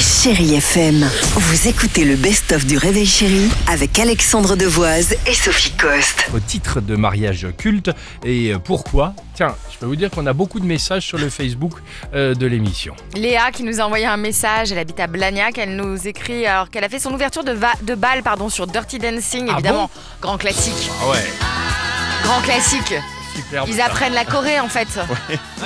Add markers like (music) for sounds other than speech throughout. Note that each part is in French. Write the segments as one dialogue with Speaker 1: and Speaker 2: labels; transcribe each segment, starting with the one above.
Speaker 1: Chérie FM, vous écoutez le best-of du Réveil Chéri avec Alexandre Devoise et Sophie Coste.
Speaker 2: au titre de mariage culte et pourquoi Tiens, je peux vous dire qu'on a beaucoup de messages sur le Facebook euh, de l'émission.
Speaker 3: Léa qui nous a envoyé un message, elle habite à Blagnac, elle nous écrit alors qu'elle a fait son ouverture de, va- de bal pardon, sur Dirty Dancing,
Speaker 2: Ah
Speaker 3: évidemment, grand classique,
Speaker 2: Ah ouais,
Speaker 3: grand classique.
Speaker 2: super.
Speaker 3: Ils apprennent la Corée en fait.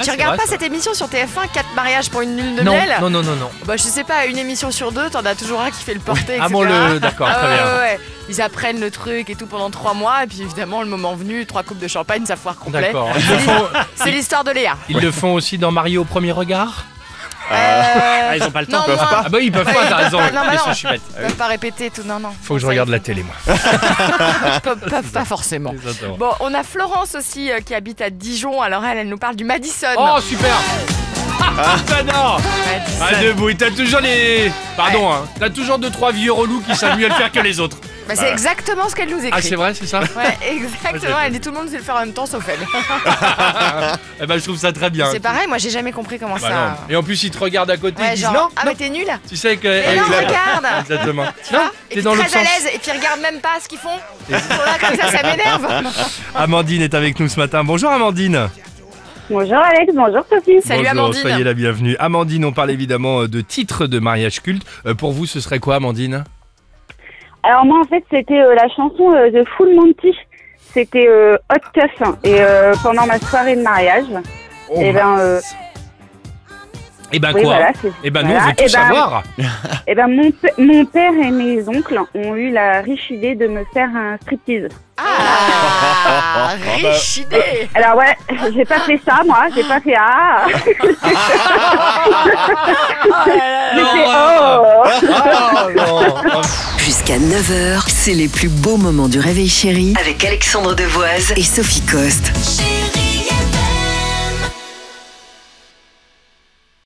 Speaker 3: tu regardes pas cette émission sur TF1, 4 mariages pour une lune de
Speaker 2: non,
Speaker 3: miel
Speaker 2: non, non, non, non.
Speaker 3: Bah je sais pas, une émission sur deux, t'en as toujours un qui fait le porté,
Speaker 2: Ah
Speaker 3: etc.
Speaker 2: bon, le... d'accord,
Speaker 3: Ah
Speaker 2: très
Speaker 3: ouais,
Speaker 2: bien.
Speaker 3: ouais, ouais. Ils apprennent le truc et tout pendant 3 mois, et puis évidemment, le moment venu, trois coupes de champagne, ça foire complet.
Speaker 2: D'accord. Ils, le (laughs) font...
Speaker 3: C'est l'histoire de Léa.
Speaker 2: ils le font aussi dans Mario au premier regard
Speaker 3: Euh,
Speaker 4: Ah, ils ont pas le temps.
Speaker 3: non,
Speaker 4: Ils peuvent
Speaker 3: moins.
Speaker 4: pas.
Speaker 2: Ah bah oui, ils peuvent pas, t'as raison.
Speaker 3: Non, bah
Speaker 2: Qu'est-ce
Speaker 3: non.
Speaker 2: que je suis bête. Euh,
Speaker 3: Ils peuvent pas répéter tout, non, non.
Speaker 2: Faut que je regarde la télé, moi.
Speaker 3: Peuvent- peuvent pas forcément.
Speaker 2: Exactement.
Speaker 3: Bon, on a Florence aussi euh, qui habite à Dijon. Alors elle, elle nous parle du Madison.
Speaker 2: Oh, super Ah, j'adore
Speaker 3: Madison. Bah,
Speaker 2: Ah, debout, et t'as toujours les... Pardon, hein, t'as toujours deux, trois vieux relous qui savent mieux le faire que les autres.
Speaker 3: Bah, c'est exactement ce qu'elle nous écrit.
Speaker 2: Ah, c'est vrai, c'est ça
Speaker 3: Ouais, exactement. Elle dit tout le monde sait le faire en même temps, sauf elle.
Speaker 2: (laughs) Eh ben, je trouve ça très bien.
Speaker 3: C'est pareil, moi j'ai jamais compris comment
Speaker 2: Bah
Speaker 3: ça.
Speaker 2: non. Et en plus, ils te regardent à côté, ils
Speaker 3: Ouais,
Speaker 2: disent
Speaker 3: genre,
Speaker 2: non,
Speaker 3: ah
Speaker 2: non.
Speaker 3: mais t'es nul.
Speaker 2: Tu sais que.
Speaker 3: Mais non, regarde.
Speaker 2: Exactement.
Speaker 3: Tu
Speaker 2: Non,
Speaker 3: vois Et
Speaker 2: t'es
Speaker 3: puis
Speaker 2: dans l'autre
Speaker 3: très à
Speaker 2: sens.
Speaker 3: l'aise. Et puis ils regardent même pas ce qu'ils font. Ils sont là comme ça,
Speaker 2: (laughs)
Speaker 3: ça m'énerve.
Speaker 2: Amandine est avec nous ce matin. Bonjour Amandine.
Speaker 5: Bonjour Alex, bonjour Sophie.
Speaker 3: Salut
Speaker 2: Bonjour,
Speaker 3: Amandine.
Speaker 2: Soyez la bienvenue. Amandine, on parle évidemment euh, de titres de mariage culte. Euh, Pour vous, ce serait quoi, Amandine
Speaker 5: Alors moi en fait c'était euh, la chanson euh, The Full Monty, c'était euh, Hot Tough hein. et euh, pendant ma soirée de mariage,
Speaker 2: Oh,
Speaker 5: eh ben, euh,
Speaker 2: Et ben
Speaker 5: oui
Speaker 2: quoi
Speaker 5: voilà, c'est
Speaker 2: Et ben nous,
Speaker 5: voilà.
Speaker 2: on veut tout
Speaker 5: Eh ben,
Speaker 2: savoir.
Speaker 5: eh ben mon, p- mon père et mes oncles ont eu la riche idée de me faire un striptease.
Speaker 2: (laughs)
Speaker 3: Ah, riche
Speaker 2: bah,
Speaker 3: idée.
Speaker 5: Alors ouais, (laughs) j'ai pas fait ça moi, j'ai pas fait ah, (laughs) j'ai fait
Speaker 2: L'horreur.
Speaker 5: oh.
Speaker 2: Ah, non.
Speaker 1: Jusqu'à 9h, c'est les plus beaux moments du Réveil Chéri avec Alexandre Devoise et Sophie Coste.
Speaker 6: Chérie